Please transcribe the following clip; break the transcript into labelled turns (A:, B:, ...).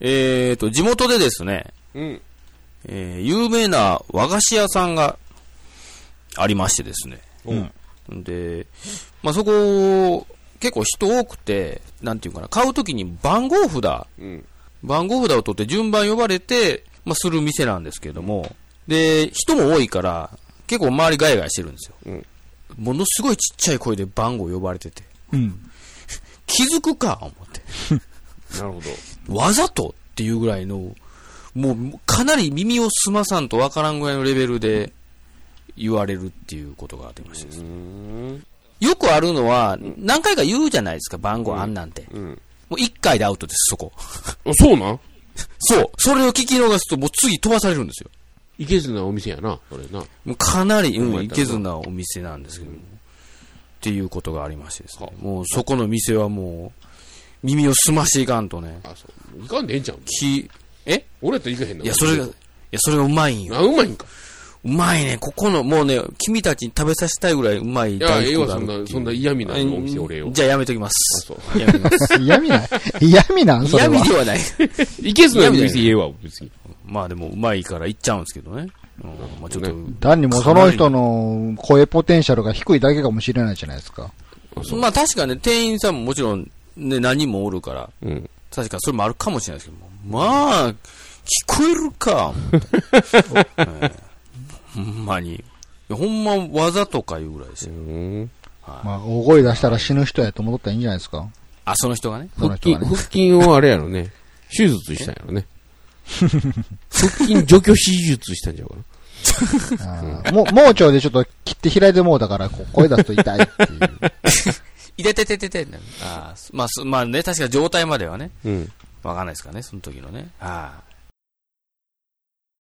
A: えーと、地元でですね、
B: うん。
A: えー有名な和菓子屋さんがありましてですね。うん。で、まあ、そこ、結構人多くて、なんていうかな、買うときに番号札、
B: うん。
A: 番号札を取って順番呼ばれて、まあ、する店なんですけれども、で、人も多いから、結構周りガヤガヤしてるんですよ。
B: うん
A: ものすごいちっちゃい声で番号呼ばれてて、
C: うん。
A: 気づくか思って。
B: なるほど。
A: わざとっていうぐらいの、もうかなり耳を澄まさんとわからんぐらいのレベルで言われるっていうことが出ましたです
B: うー
A: ね、
B: ん。
A: よくあるのは、何回か言うじゃないですか、番号あんなんて。
B: うん。
A: もう1回でアウトです、そこ。
B: あ、そうなん
A: そう。それを聞き逃すと、もう次飛ばされるんですよ。
B: いけずなお店やな、これな。
A: もうかなり、
B: う
A: うんん、いけずなお店なんですけども、っていうことがありましてですね。もうそこの店はもう、耳を澄ましていかんとね、
B: あ、そう。いかんでええんちゃう
A: き、え
B: 俺やったらいけへんの
A: いや、それが、いや、それがうまいんよ。
B: あ、うまいんか。
A: うまいね。ここの、もうね、君たちに食べさせたいぐらいうまい
B: いや、ええわ、
A: があ
B: そ
A: る
B: ん
A: っ
B: な、
A: ていう
B: そんな嫌味なお店俺よ。
A: じゃあやめときま
B: あ、
A: す。
B: そう。
A: やめ ます。
C: 嫌味ない。嫌味なんそれ
A: 嫌味
C: は。
A: ではない。
B: いけずなお店ええわ、別に。
A: まあでも、うまいから行っちゃうんですけどね。うん、まあちょっと、
C: 単にもうその人の声ポテンシャルが低いだけかもしれないじゃないですか。
A: まあ確かね、店員さんももちろん、ね、何人もおるから、
B: うん。
A: 確かそれもあるかもしれないですけども、まあ、聞こえるか、 思ってはいほんまに。いやほんま技とかいうぐらいです
B: う
A: よ。
B: ん。
C: まあ、大声出したら死ぬ人やと思っとったらいいんじゃないですか。
A: あ、その人がね。
C: その
B: 腹
C: 人
B: 筋、
C: がね
B: 腹。筋をあれやろね。手術したんやろ ね。腹筋除去手術したんちゃうかな。
C: あーもう、盲腸でちょっと切って開いてもうだから、こう声出すと痛いっていう。
A: いててててて。あーまあ、すまあね、確か状態まではね、
B: うん。
A: わかんないですからね、その時のね。はい